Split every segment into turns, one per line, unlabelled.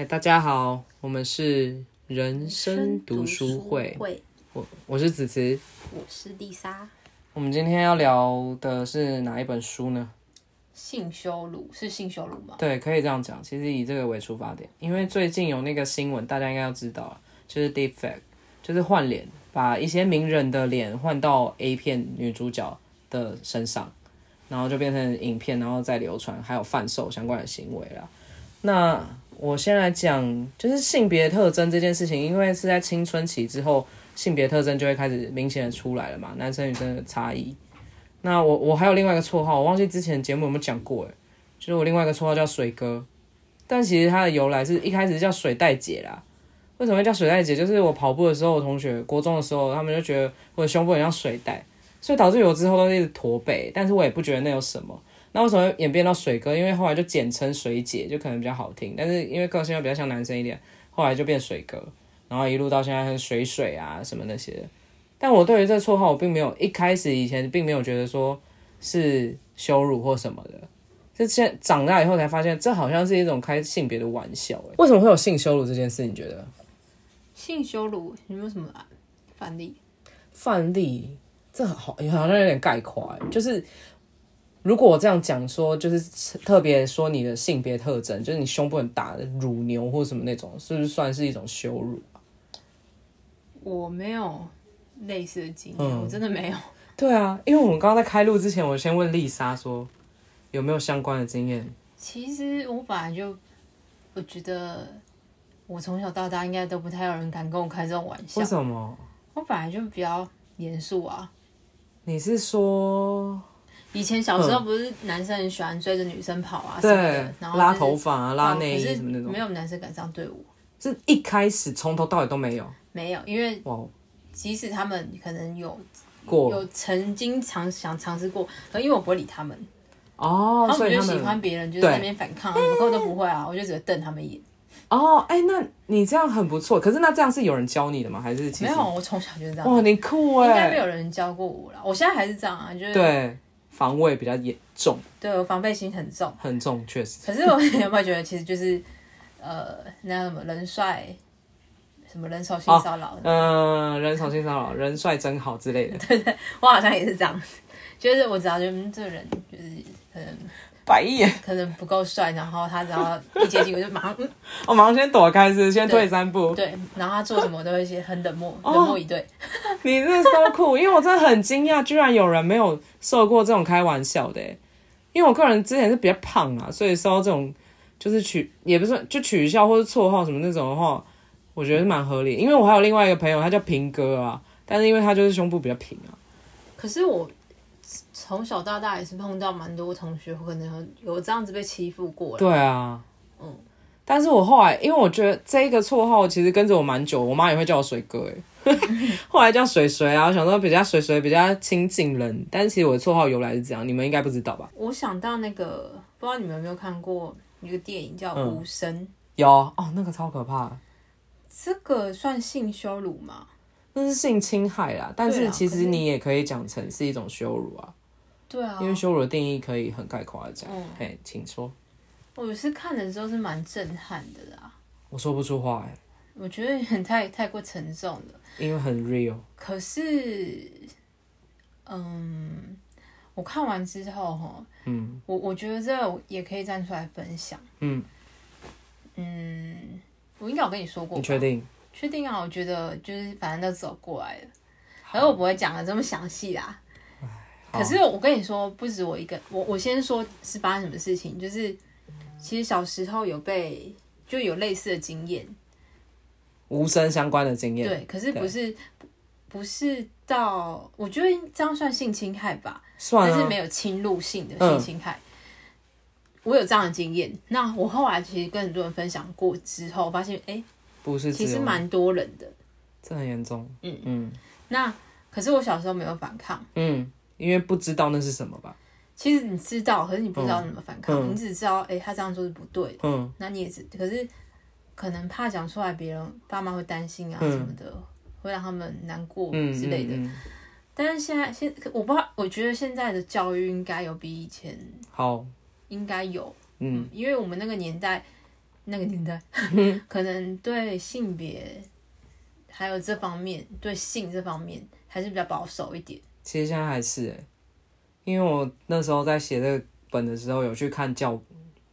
嗨，哎大家好，我们是人生读书会，我我是子慈。
我是丽莎。
我们今天要聊的是哪一本书呢？
性羞辱是性羞辱吗？
对，可以这样讲，其实以这个为出发点，因为最近有那个新闻，大家应该要知道了，就是 deepfake，就是换脸，把一些名人的脸换到 A 片女主角的身上，然后就变成影片，然后再流传，还有贩售相关的行为啦。那我先来讲，就是性别特征这件事情，因为是在青春期之后，性别特征就会开始明显的出来了嘛，男生女生的差异。那我我还有另外一个绰号，我忘记之前节目有没有讲过，哎，就是我另外一个绰号叫水哥，但其实它的由来是一开始叫水袋姐啦。为什么会叫水袋姐？就是我跑步的时候，我同学国中的时候，他们就觉得我的胸部很像水袋，所以导致我之后都是一直驼背，但是我也不觉得那有什么。那为什么会演变到水哥？因为后来就简称水姐，就可能比较好听，但是因为个性又比较像男生一点，后来就变水哥，然后一路到现在很水水啊什么那些的。但我对于这绰号，我并没有一开始以前并没有觉得说是羞辱或什么的，是现长大以后才发现，这好像是一种开性别的玩笑、欸。为什么会有性羞辱这件事？你觉得？
性羞辱有没有什么啊反例？
范例，这好好像有点概括、欸，就是如果我这样讲说，就是特别说你的性别特征，就是你胸部很大的乳牛或什么那种，是不是算是一种羞辱？
我没有类似的经验，
嗯
我真的没有。
对啊，因为我们刚刚在开录之前，我先问丽莎说有没有相关的经验。
其实我本来就，我觉得我从小到大应该都不太有人敢跟我开这种玩笑
为。什么？
我本来就比较严肃啊。
你是说
以前小时候不是男生很喜欢追着女生跑啊什么
嗯对
的，然后、就是、
拉头发啊、拉
哦
内衣
可是
什么那种
没？有男生敢这样对我。
是一开始从头到尾都没有
没有，因为
哇，
即使他们可能有
过
有曾经尝想尝试过，呃可因为我不会理他们，
哦，
他
所
们
以
就
他
喜
们
欢别人，就是在那
对
边反抗，我根本都不会啊，我就只会瞪他们一眼。
哦，哎、那你这样很不错。可是那这样是有人教你的吗？还是其
没
实
有，啊我从小就是这样，
哇，你酷哎、
应该没有人教过我啦。我现在还是这样啊，就是
对，防卫比较严重，
对我防备心很重。
很重，确实。
可是我 有没有觉得，其实就是呃，那叫什么人帅，什么人手性骚扰，
嗯、人丑性骚扰，人帅真好之类的，
我好像也是这样子。就是我只要觉得嗯这个人就是可能
白眼，
可能不够帅，然后他只要一接近我就马上嗯
我马上先躲开是，先退三步。
对，然后他做什么我都会先很冷漠，
哦
冷漠以对。
你真的 so 酷，因为我真的很惊讶，居然有人没有受过这种开玩笑的欸。因为我个人之前是比较胖啊，所以受到这种就是取也不是就取笑或者绰号什么那种的话，我觉得是蛮合理的。因为我还有另外一个朋友，他叫平哥啊，但是因为他就是胸部比较平啊，
可是我从小到大也是碰到蛮多同学，可能有有这样子被欺负过了。
对啊，
嗯
但是我后来，因为我觉得这个绰号其实跟着我蛮久，我妈也会叫我水哥哎， 后来叫水水啊，我想说比较水水比较亲近人，但是其实我的绰号由来是这样，你们应该不知道吧？
我想到那个，不知道你们有没有看过一个电影叫《
嗯
无声》，
有哦，那个超可怕，
这个算性羞辱吗？
那是性侵害啦，但
对
是
啊
其
可是
实你也可以讲成是一种羞辱啊，
对啊
因，为羞辱的定义可以很概括的讲
嗯。
哎、请说，
我是看的时候是蛮震撼的啦，
我说不出话哎、
我觉得很太太过沉重了。
因为很 real。
可是，嗯，我看完之后哈，
嗯，
我我觉得这也可以站出来分享。
嗯
嗯，我应该有跟你说过吧，
你确定？
确定啊？我觉得就是反正都走过来了，而我不会讲的这么详细啦。
好
可是我跟你说，不止我一个，我我先说是发生什么事情，就是其实小时候有被就有类似的经验，
无声相关的经验，
对，可是
对
不是不是到我觉得这样算性侵害吧，
算
但是
啊
没，有侵入性的
嗯
性侵害。我有这样的经验，那我后来其实跟很多人分享过之后，我发现哎、诶
不是哦
其
只
实
有
蛮多人的。
这很严重。
嗯
嗯
那可是我小时候没有反抗，
嗯，因为不知道那是什么吧？
其实你知道，可是你不知道怎么反抗，
嗯
你只知道哎、诶他这样做是不对的，
嗯
那你也只可是可能怕讲出来，别人爸妈会担心啊
嗯
什么的，会让他们难过
嗯
之类的。
嗯嗯
但是现在现我不知道，我觉得现在的教育应该有比以前
好，
应该有，
嗯
因为我们那个年代，那个年 代，可能对性别还有这方面，对性这方面还是比较保守一点。
其实现在还是、欸，因为我那时候在写这个本的时候，有去看教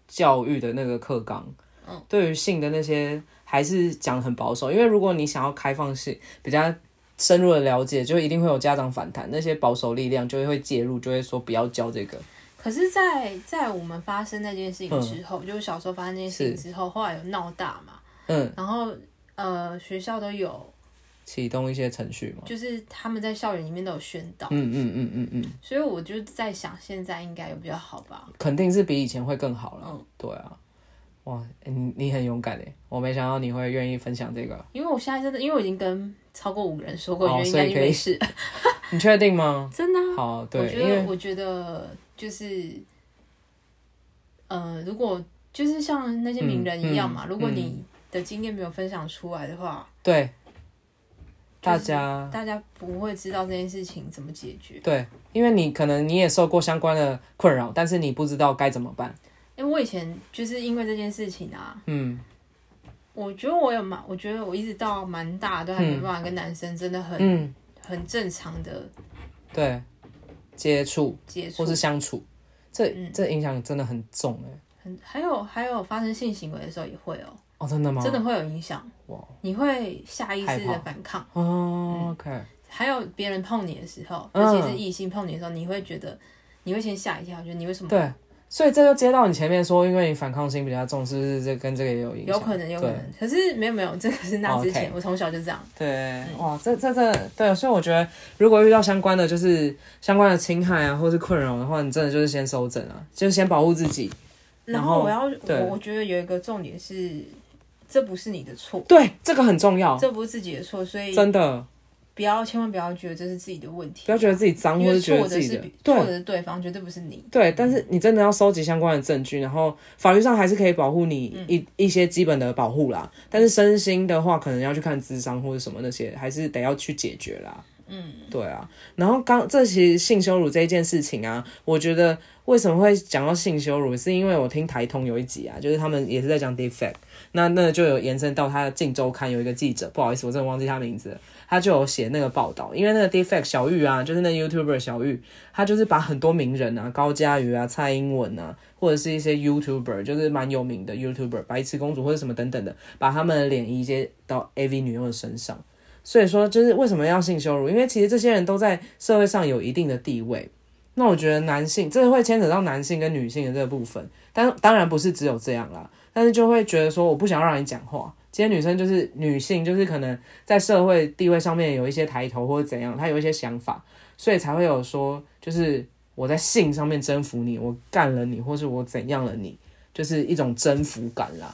教育的那个课纲，
嗯，
对于性的那些还是讲得很保守，因为如果你想要开放性，比较深入的了解，就一定会有家长反弹，那些保守力量就会介入，就会说不要教这个，
可是在，在我们发生那件事情之后，就是小时候发生那件事情之后，后来有闹大嘛，
嗯，
然后呃，学校都有，
启动一些程序嘛，
就是他们在校园里面都有宣导，
嗯嗯嗯嗯嗯，
所以我就在想，现在应该有比较好吧？
肯定是比以前会更好了，
嗯
对啊，哇，欸你你很勇敢诶，我没想到你会愿意分享这个，
因为我现在真的，因为我已经跟超过五个人说过，
哦
我觉得应
所
该
以
就
可以
没事，
你确定吗？
真的啊、
好，
我
对，
觉
因为
得，我觉得就是，呃，如果就是像那些名人一样嘛，
嗯嗯
如果
嗯
你的经验没有分享出来的话，
对，大
就是
家。
大家不会知道这件事情怎么解决。
对，因为你可能你也受过相关的困扰，但是你不知道该怎么办。
因为我以前就是因为这件事情啊，
嗯
我觉得我有蛮，我觉得我一直到蛮大都还没办法跟男生真的很、
嗯，
很正常的
对，接触
接触
或，是相处，这、
嗯
这影响真的很重哎、
很还有还有发生性行为的时候也会哦、
哦，真的吗？
真的会有影响
哇，
你会下意识
害
的
怕
反抗。嗯
哦，OK，
还有别人碰你的时候，
嗯
尤其是异性碰你的时候，你会觉得你会先吓一跳，觉得你为什么？
对，所以这就接到你前面说，因为你反抗心比较重，是不是这跟这个也有影响？哦
有可能，有可能。可是没有没有，这个是那之前，我从小就这样。
对，
嗯
哇，这这这，对，所以我觉得，如果遇到相关的就是相关的侵害啊，或是困扰的话，你真的就是先收整啊，就是先保护自己。然
然
后
后我要，
对
我我觉得有一个重点是，这不是你的错，
对，这个很重要，
这不是自己的错，所以
真的。
不要千万不要觉得这是自己的问题
不要，觉得自己脏，
因
或
为
是觉
错
得自
的
己
是
的
比错的
对
是对方，绝对不是你。
对，但是你真的要收集相关的证据，然后法律上还是可以保护你一、一些基本的保护啦。但是身心的话，可能要去看智商或者什么那些，还是得要去解决啦。嗯，对啊。然后刚这其实性羞辱这一件事情啊，我觉得为什么会讲到性羞辱，是因为我听台通有一集啊，就是他们也是在讲 defect，那那就有延伸到他的《镜周刊》有一个记者，不好意思，我真的忘记他名字了，他就有写那个报道，因为那个 defect 小玉啊，就是那 YouTuber 小玉，他就是把很多名人啊，高佳瑜啊、蔡英文啊，或者是一些 YouTuber，就是蛮有名的 YouTuber，白痴公主或者什么等等的，把他们的脸移接到 AV 女优的身上。所以说，就是为什么要性羞辱？因为其实这些人都在社会上有一定的地位。那我觉得男性，这会牵扯到男性跟女性的这个部分，但当然不是只有这样啦。但是就会觉得说，我不想让你讲话。今天女生就是女性，就是可能在社会地位上面有一些抬头或者怎样，她有一些想法，所以才会有说，就是我在性上面征服你，我干了你，或是我怎样了你，就是一种征服感啦，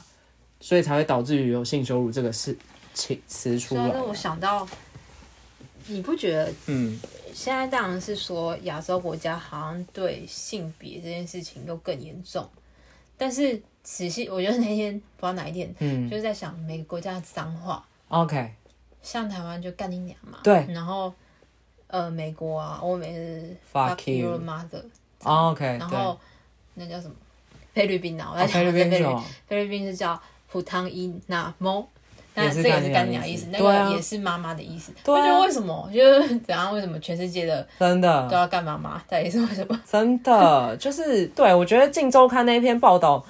所以才会导致于有性羞辱这个事情词出
所
来
以
啦。
我想到，你不觉得
嗯，
现在当然是说亚洲国家好像对性别这件事情又更严重，但是仔细我觉得那天不知道哪一天，
嗯
就是在想每个国家的脏话，
OK，
像台湾就干你娘嘛，
对
然后呃美国啊欧美是
Fuck you
your mother，
哦 OK，
然
对，
后那叫什么菲律宾啊，我
哦
在
菲
想
律
菲
宾
律
是
宾
吗？
菲律宾是叫普汤伊那摩。那
也是
这个也
干
是
娘
干
的
娘
意
意
思
思，那
对啊
个也是妈妈的意思。
对啊
我觉得为什么就是怎样？为什么全世界的
真的，
都要干嘛嘛？到底是为什么？
真的就是对我觉得《镜周刊》那一篇报道，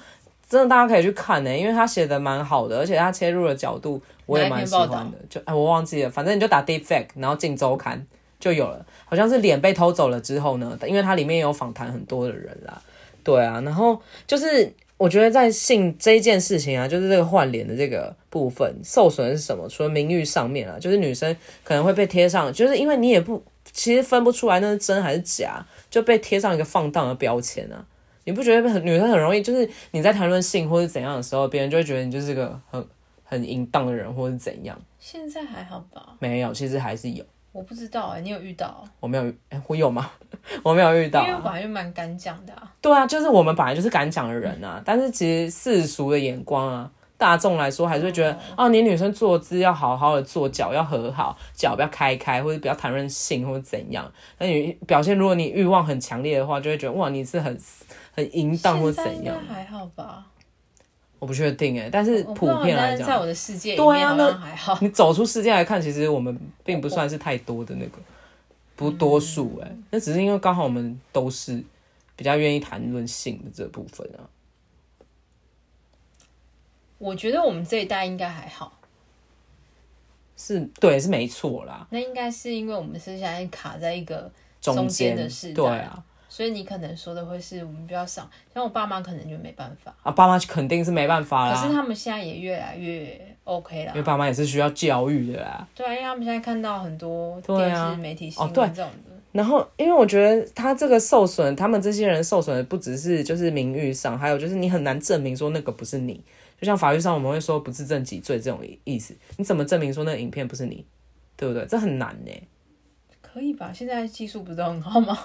真的大家可以去看呢、因为他写的蛮好的，而且他切入的角度我也蛮喜欢
哪一篇
的。就哎，我忘记了，反正你就打 defect，然后《镜周刊》就有了。好像是脸被偷走了之后呢，因为它里面有访谈很多的人啦，对啊，然后就是我觉得在性这一件事情啊，就是这个换脸的这个部分受损是什么？除了名誉上面啊，就是女生可能会被贴上，就是因为你也不其实分不出来那是真还是假，就被贴上一个放荡的标签啊。你不觉得很女生很容易，就是你在谈论性或者怎样的时候，别人就会觉得你就是个很很淫荡的人，或者怎样？
现在还好吧？
没有，其实还是有，
我不知道哎、你有遇到？
我没有， 哎、我有吗？我没有遇到、
因为我
啊
本。来就蛮敢讲的、啊，
对啊，就是我们本来就是敢讲的人啊，但是其实世俗的眼光啊，大众来说还是会觉得，哦，你女生坐姿要好好的坐，脚要和好，脚不要开开，或者不要谈论性或者怎样。那你表现，如果你欲望很强烈的话，就会觉得哇，你是很很淫荡或
现
者
在应
怎
该
样。
还好吧？
我我不确定哎，但是
我
普
不知道
遍
但
来
是在
讲，
我的世界里
对
面
啊
好
那
像还 好。
你走出世界来看，其实我们并不算是太多的那个，不多数哎，那只是因为刚好我们都是比较愿意谈论性的这部分啊。
我觉得我们这一代应该还好，
是对，是没错啦，
那应该是因为我们是现在卡在一个，
中
中
间
间的世代
对啊，
所以你可能说的会是我们比较少，像我爸妈可能就没办法，
啊，爸妈肯定是没办法
可是
啦，
他们现在也越来越 OK 啦
因为。爸妈也是需要教育的啦。
对啊，因为他们现在看到很多
对
电
啊
视媒体新
哦
闻
对
这种的，
然后，因为我觉得他这个受损，他们这些人受损的不只是就是名誉上，还有就是你很难证明说那个不是你。就像法律上我们会说不自证己罪这种意思，你怎么证明说那个影片不是你？对不对？这很难呢、
可以吧？现在技术不是都很好吗？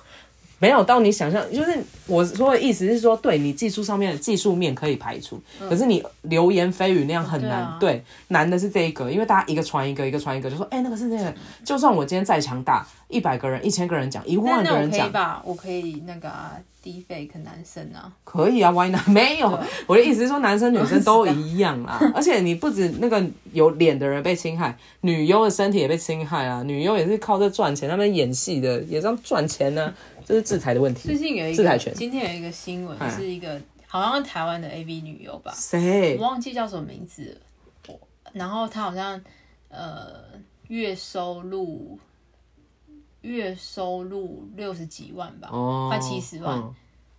没有到你想象，就是我说的意思是说，对你技术上面的技术面可以排除，可是你流言蜚语那样很难。
嗯对
对，难的是这一个，因为大家一个传一个，一个传一个，就说哎、那个是那个。就算我今天再强大，一百个人、一千个人讲，一
那
万个
那我
人
可
讲
以，吧？我可以那个、啊、低 fake 男生啊，
可以啊，Why not？没 有
对，啊
我的意思是说，男生女 生都一样啦。而且你不止那个有脸的人被侵害，女优的身体也被侵害啊。女优也是靠这赚钱，他们演戏的也这样赚钱 呢、这是制裁的问
最
题。
近有一
制裁
个，
权
今天有一个新闻
哎
是一个好像台湾的 AV 女优吧，
谁
我？忘记叫什么名字了。我然后她好像呃月收入月收入六十几万吧，
哦，
快70万
嗯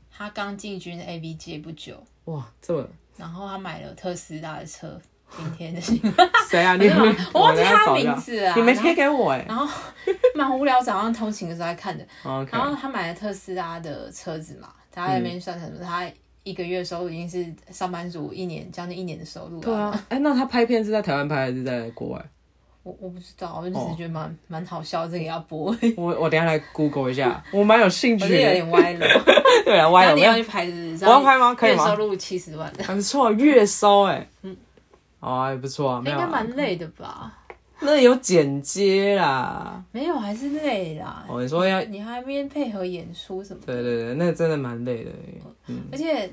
她刚进军 AV 界不久，
哇，这 么
然后她买了特斯拉的车。今天的新闻，
谁啊？你
没有啊我忘记
等下
她
找
的
一下
名字啊。
你没
然后
贴给我哎、
然后蛮无聊，早上通勤的时候在看的。
OK，
然后他买了特斯拉的车子嘛，他
嗯
在那边算什么？他一个月收入已经是上班族一年将近一年的收入了。
对啊，哎、那他拍片是在台湾拍还是在国外？
我我不知道，我就
哦
只是觉得蛮蛮、好笑，这个要 播，
我我等一下来 Google 一下，我蛮有兴
我
趣
是有
的。
点歪了。
对啊，歪
那
了
你
没有
要去拍是不是？
我要拍吗可以吗
月收入七十 万的，
还不错，月收哎、嗯，哦，还不错啊，没
应
有
该
啊，
蛮累的吧？
那有剪接啦。
没有，还是累啦。
哦，你说要，
你还没配合演出什么的，
对对对，那真的蛮累的。嗯
而且。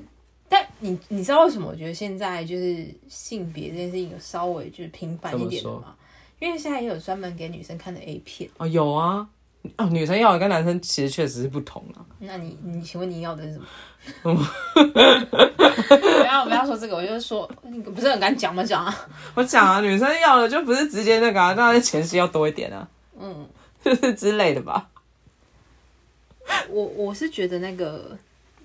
但你你知道为什么？我觉得现在就是性别这件事情有稍微就是平反一点
怎
的
么
嘛，因为现在也有专门给女生看的 A 片。
哦，有啊，哦，女生要的跟男生其实确实是不同啊。
那你你请问你要的是什么？不要不要说这个，我就是说，你不是很敢讲吗？讲啊，
我讲 啊，女生要的就不是直接那个啊，当然前戏要多一点啊，
嗯，
就是之类的吧。
我我是觉得那个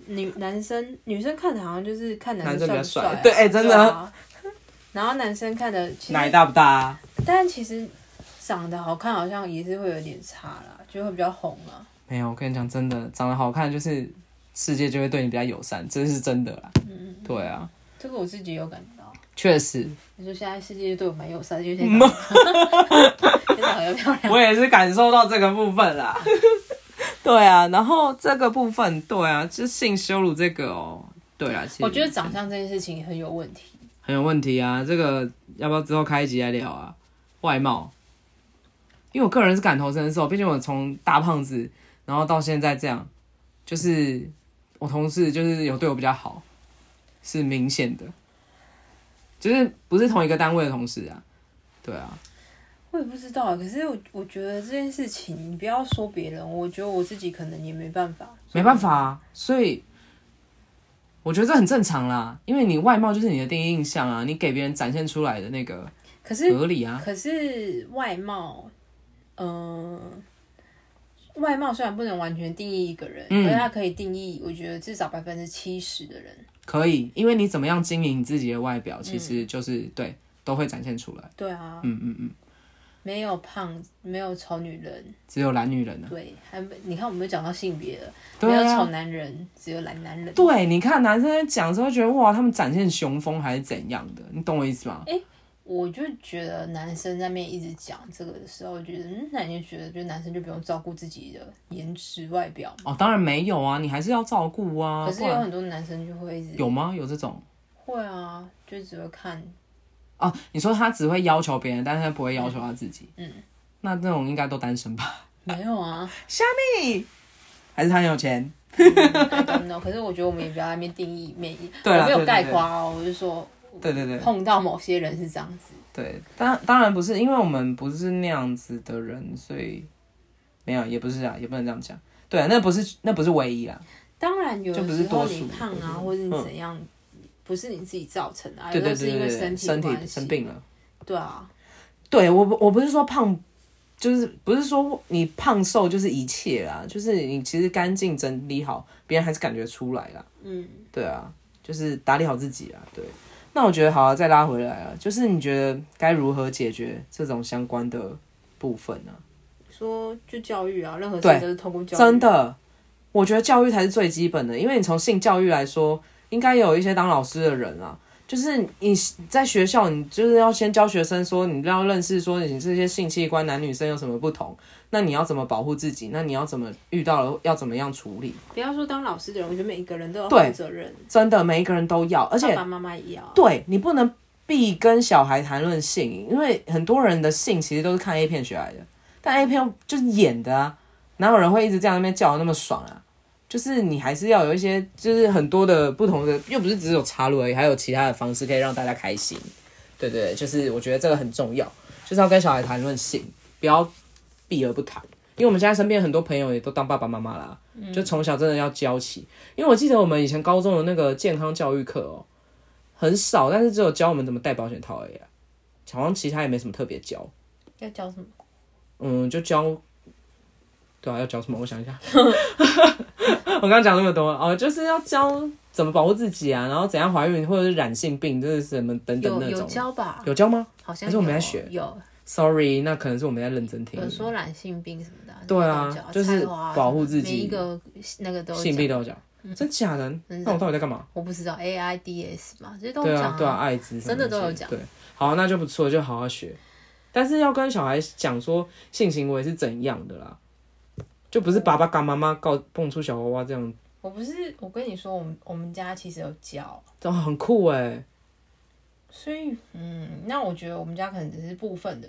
女男生女生看的好像就是看男
男生比较
帅不帅啊、
帅对哎真的
啊。然后男生看的其
奶
实，
大不大、啊？
但其实长得好看好像也是会有点差啦，就会比较红啊。
没有，我跟你讲，真的，长得好看就是世界就会对你比较友善，这是真的啦。
嗯，
对啊，
这个我自己有感觉到。
确实，
你说现在世界对我蛮友善的，因为 现在长得 现在长得又漂亮。
我也是感受到这个部分啦。 对啊，然后这个部分，对啊，就性羞辱这个哦，对啊，其实
我觉得长相这件事情很有问题。
很有问题啊。这个要不要之后开一集来聊啊？外貌，因为我个人是感同身受，毕竟我从大胖子，然后到现在这样，就是我同事就是有对我比较好，是明显的，就是不是同一个单位的同事啊。对啊，
我也不知道，啊可是我我觉得这件事情，你不要说别人，我觉得我自己可能也没办法，
没办法、啊，所以我觉得这很正常啦，因为你外貌就是你的第一印象啊，你给别人展现出来的那个
可是
合理啊，
可是外貌，嗯、外貌虽然不能完全定义一个人，
嗯
可是它可以定义，我觉得至少百分之七十的人。
可以，因为你怎么样经营你自己的外表，其
嗯
实就是、对都会展现出来。
对啊，
嗯嗯嗯，
没有胖，没有丑女人，
只有懒女人呢、啊。
对，还没你看我们又讲到性别了，没
对
有丑
啊，
男人，只有懒男人。
对，你看男生在讲的时候觉得哇，他们展现雄风还是怎样的，你懂我意思吗？
我就觉得男生在那边一直讲这个的时候，我觉得嗯，那你就觉得，就男生就不用照顾自己的颜值外表嘛。
哦，当然没有啊，你还是要照顾啊。
可是
不
有
然
很多男生就会一直
有吗？有这种
会啊，就只会看，
哦？你说他只会要求别人，但是他不会要求他自己。
嗯，
那那种应该都单身吧？
没有啊
还是他很有钱？
，I don't know。可是我觉得我们也不要在那边定义每一，
对啊
我没有
对对
概括哦，我就说
对对对
碰到某些人是这样子，
对，当当然不是，因为我们不是那样子的人，所以没有，也不是啊，也不能这样讲。对啊、那不是那不是唯一啦，
当然有的
就不是
时候
多数
你胖啊，
嗯
或者你怎样，不是你自己造成的啊，
对对
有
对
时候是因为
对对，
身
身
体
体
关系
生，病了。
对啊，
对我不我不是说胖，就是不是说你胖瘦就是一切啦，就是你其实干净整理好，别人还是感觉出来啦。
嗯，
对啊，就是打理好自己啦。啊对，那我觉得好、啊，再拉回来啊，就是你觉得该如何解决这种相关的部分呢、
说就教育啊，任何事
对
情都是通过教育，
真的，我觉得教育才是最基本的，因为你从性教育来说，应该有一些当老师的人啊，就是你在学校，你就是要先教学生说，你要认识说你这些性器官男女生有什么不同，那你要怎么保护自己，那你要怎么遇到了要怎么样处理，
不要说当老师的人，我觉得每一个人都要
对
负责任，
真的每一个人都要，而且
爸爸妈妈也要，啊
对你不能必跟小孩谈论性，因为很多人的性其实都是看 A 片学来的，但 A 片就是演的啊，哪有人会一直这样那边叫的那么爽啊？就是你还是要有一些，就是很多的不同的，又不是只有插入而已，还有其他的方式可以让大家开心。对对，对就是我觉得这个很重要，就是要跟小孩谈论性，不要避而不谈。因为我们现在身边很多朋友也都当爸爸妈妈啦，就从小真的要教起。因为我记得我们以前高中的那个健康教育课哦、很少，但是只有教我们怎么戴保险套而已、啊，好像其他也没什么特别教。
要教什么？
嗯，就教，对啊，要教什么？我想一 下， 我刚刚讲那么多哦，就是要教怎么保护自己啊，然后怎样怀孕或者是染性病，就是什么等等
有
那
有
种。
教吧？
有教吗
好像
还是我们
有
在学
有
？Sorry，那可能是我们在认真听
有。说染性病什么的啊，
对啊
都有教
就是
菜花啊
保护自己
每一个那个都有
性
讲嗯
病都有讲，真假的？那我到底在干嘛？
我不知道 A I D S 嘛，这些都有
对
讲
啊，对啊，，艾滋什么
真的都有
东西
讲
对，好，那就不错，就好好学。但是要跟小孩讲说性行为是怎样的啦，就不是爸爸干妈妈告蹦出小娃娃这样，
我不是，我跟你说，我们我们家其实有教，
这样很酷哎。
所以嗯，那我觉得我们家可能只是部分的。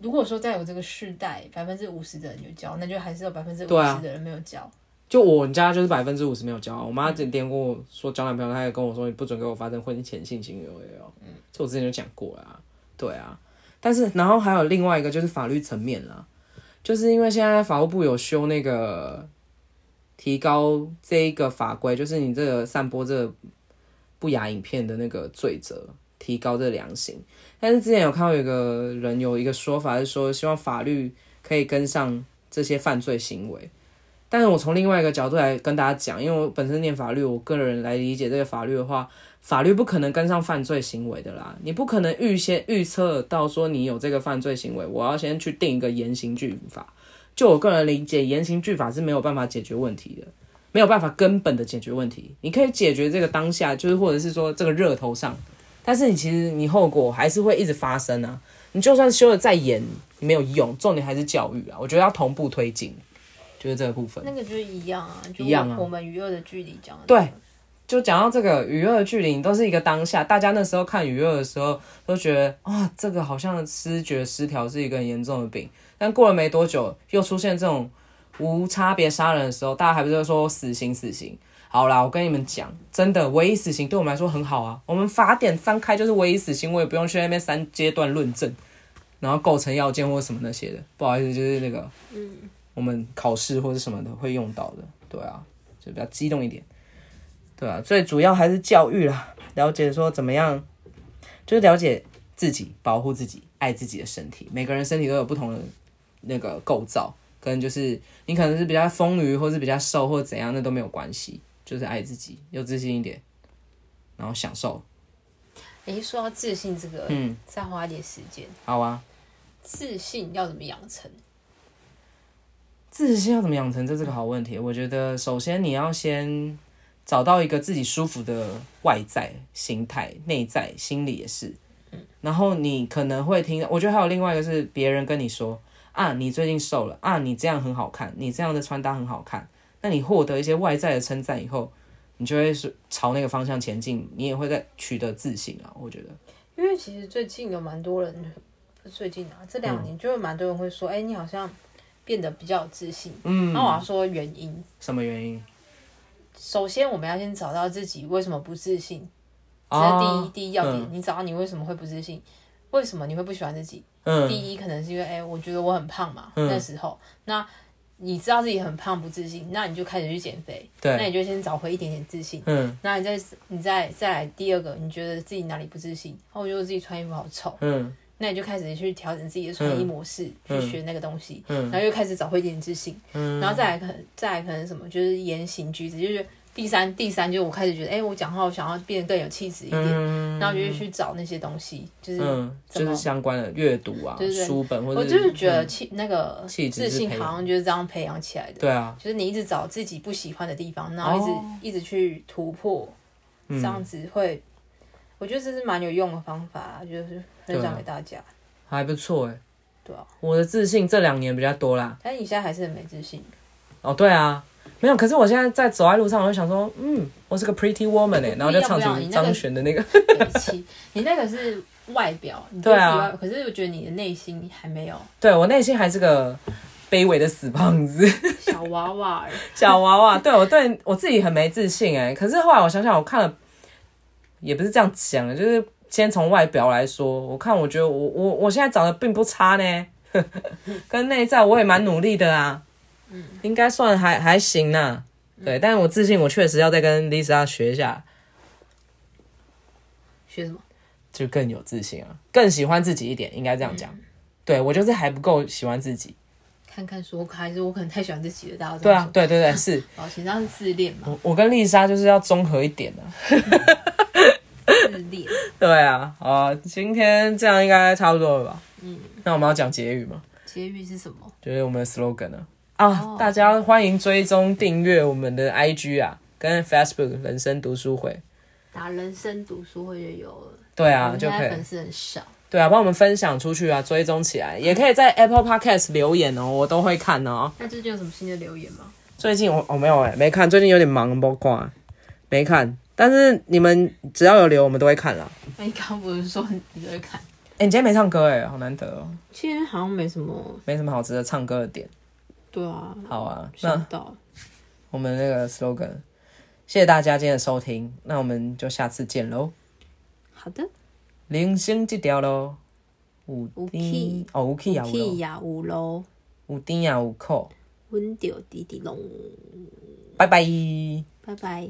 如果说在我这个世代，百分之五十的人有教，那就还是有百分之五
对啊
十的人没有教。
就我们家就是百分之五十没有交，我妈之前跟我说交男朋友，她也跟我说你不准给我发生婚前性行为哦。嗯，这我之前就讲过啦、对啊。但是然后还有另外一个就是法律层面啦，就是因为现在法务部有修那个提高这一个法规，就是你这个散播这个不雅影片的那个罪责，提高这个量刑。但是之前有看到有个人有一个说法是说，希望法律可以跟上这些犯罪行为。但是我从另外一个角度来跟大家讲，因为我本身念法律，我个人来理解这个法律的话，法律不可能跟上犯罪行为的啦，你不可能预先预测到说你有这个犯罪行为，我要先去定一个严刑峻法。就我个人理解，严刑峻法是没有办法解决问题的，没有办法根本的解决问题。你可以解决这个当下，就是或者是说这个热头上，但是你其实你后果还是会一直发生啊。你就算修的再严，没有用，重点还是教育啊。我觉得要同步推进，就是这个部分。
那个就是一样啊，就
一样啊
我们娱乐的距离讲的
对就讲到这个娱乐距离，都是一个当下。大家那时候看娱乐的时候，都觉得啊，这个好像失觉失调是一个很严重的病。但过了没多久，又出现这种无差别杀人的时候，大家还不是说死刑死刑？好啦，我跟你们讲，真的，唯一死刑对我们来说很好啊。我们法典翻开就是唯一死啊刑，我也不用去那边三阶段论证，然后构成要件或什么那些的。不好意思，就是那个，嗯，我们考试或者什么的会用到的。对啊，就比较激动一点。对啊，最主要还是教育啦，了解说怎么样，就是了解自己，保护自己，爱自己的身体。每个人身体都有不同的那个构造，跟就是你可能是比较丰腴，或是比较瘦，或怎样，那都没有关系，就是爱自己，有自信一点，然后享受，
诶，哎说到自信这个，
嗯，
再花一点时间，
好啊。
自信要怎么养成？
自信要怎么养成，这是个好问题。我觉得首先你要先找到一个自己舒服的外在形态，内在心理也是。
嗯
然后你可能会听，我觉得还有另外一个是别人跟你说啊，你最近瘦了啊，你这样很好看，你这样的穿搭很好看。那你获得一些外在的称赞以后，你就会是朝那个方向前进，你也会在取得自信啊。我觉得，
因为其实最近有蛮多人，不是最近啊，这两年就有蛮多人会说，哎、你好像变得比较有自信。
嗯
那、，我要说原因，
什么原因？
首先我们要先找到自己为什么不自信，这是第一、
哦
第一要点。
嗯
你找到你为什么会不自信，为什么你会不喜欢自己？
嗯
第一可能是因为哎、我觉得我很胖嘛，
嗯
那时候那。你知道自己很胖不自信，那你就开始去减肥，那
对，
你就先找回一点点自信。
嗯
那你再你再再来第二个，你觉得自己哪里不自信？哦，我觉得我自己穿衣服好丑，
嗯
那你就开始去调整自己的穿衣模式，
嗯
去学那个东西，
嗯
然后又开始找回一点自信，
嗯，
然后再来可能再来可能什么，就是言行举止，就是第三第三就是我开始觉得，哎、我讲话我想要变得更有气质一点，
嗯
然后我就去找那些东西，就是、
嗯，
怎
就
么
是相关的阅读啊
对对，对
书本或者嗯
我就是觉得气、那个
气质
自
是
信
培养
好像就是这样培养起来的，
对啊，
就是你一直找自己不喜欢的地方，然后一直、
哦
一直去突破，这样
嗯，
子会，我觉得这是蛮有用的方法，啊就是分
啊
享给大家。
还不错哎。
对啊，
我的自信这两年比较多啦，
但是你现在还是很没自信，
哦，对啊，没有。可是我现在在走在路上，我就想说，嗯，我是个 pretty woman 哎、然后就唱
不一样不一
起
样
张悬的那个，
北七，你那个是外表，你
对啊
就是外可是我觉得你的内心还没有
对我内心还是个卑微的死胖子
小娃娃儿，
小娃娃。对我对我自己很没自信哎、可是后来我想想，我看了，也不是这样讲的，就是先从外表来说，我看我觉得我我我现在长得并不差呢， 跟内在我也蛮努力的啊，应该算还还行呐、对，但是我自信，我确实要再跟 Lisa 学一下。
学什么？
就更有自信啊，更喜欢自己一点，应该这样讲。对我就是还不够喜欢自己。
看看说，还是我可能太喜欢自己了，大家都
对
这
啊
样，
对对对，是
说，哦，其实他是自恋嘛，
我我跟丽莎就是要综合一点啊。
自恋，
对啊，好啊，今天这样应该差不多了吧？
嗯，
那我们要讲结语吗？
结语是什么？
就是我们的 slogan 啊啊
哦
大家欢迎追踪订阅我们的 IG 啊，跟 Facebook 人生读书会。
打人生读书会就有了，
对
我
啊，
们
就
现
可以
在哦粉丝很嗯少，
对啊，帮我们分享出去啊，追踪起来，也可以在 Apple Podcast 留言哦，我都会看哦。
那最近有什么新的留言吗？
最近我我、没有哎、没看，最近有点忙，不看，没看。但是你们只要有留，我们都会看啦。
那你刚刚不是说你都会看？
哎、你今天没唱歌哎、好难得哦、
其实好像没什么，
没什么好值得唱歌的点。
对啊，
好啊，
想
那
到。
我们那个 slogan，谢谢大家今天的收听，那我们就下次见喽。
好的，
人生这条路，有
有
甜
起
哦，有起也有
屁
路，
呀有咯，
有甜也有苦。
阮着滴滴龙，
拜拜。
拜拜。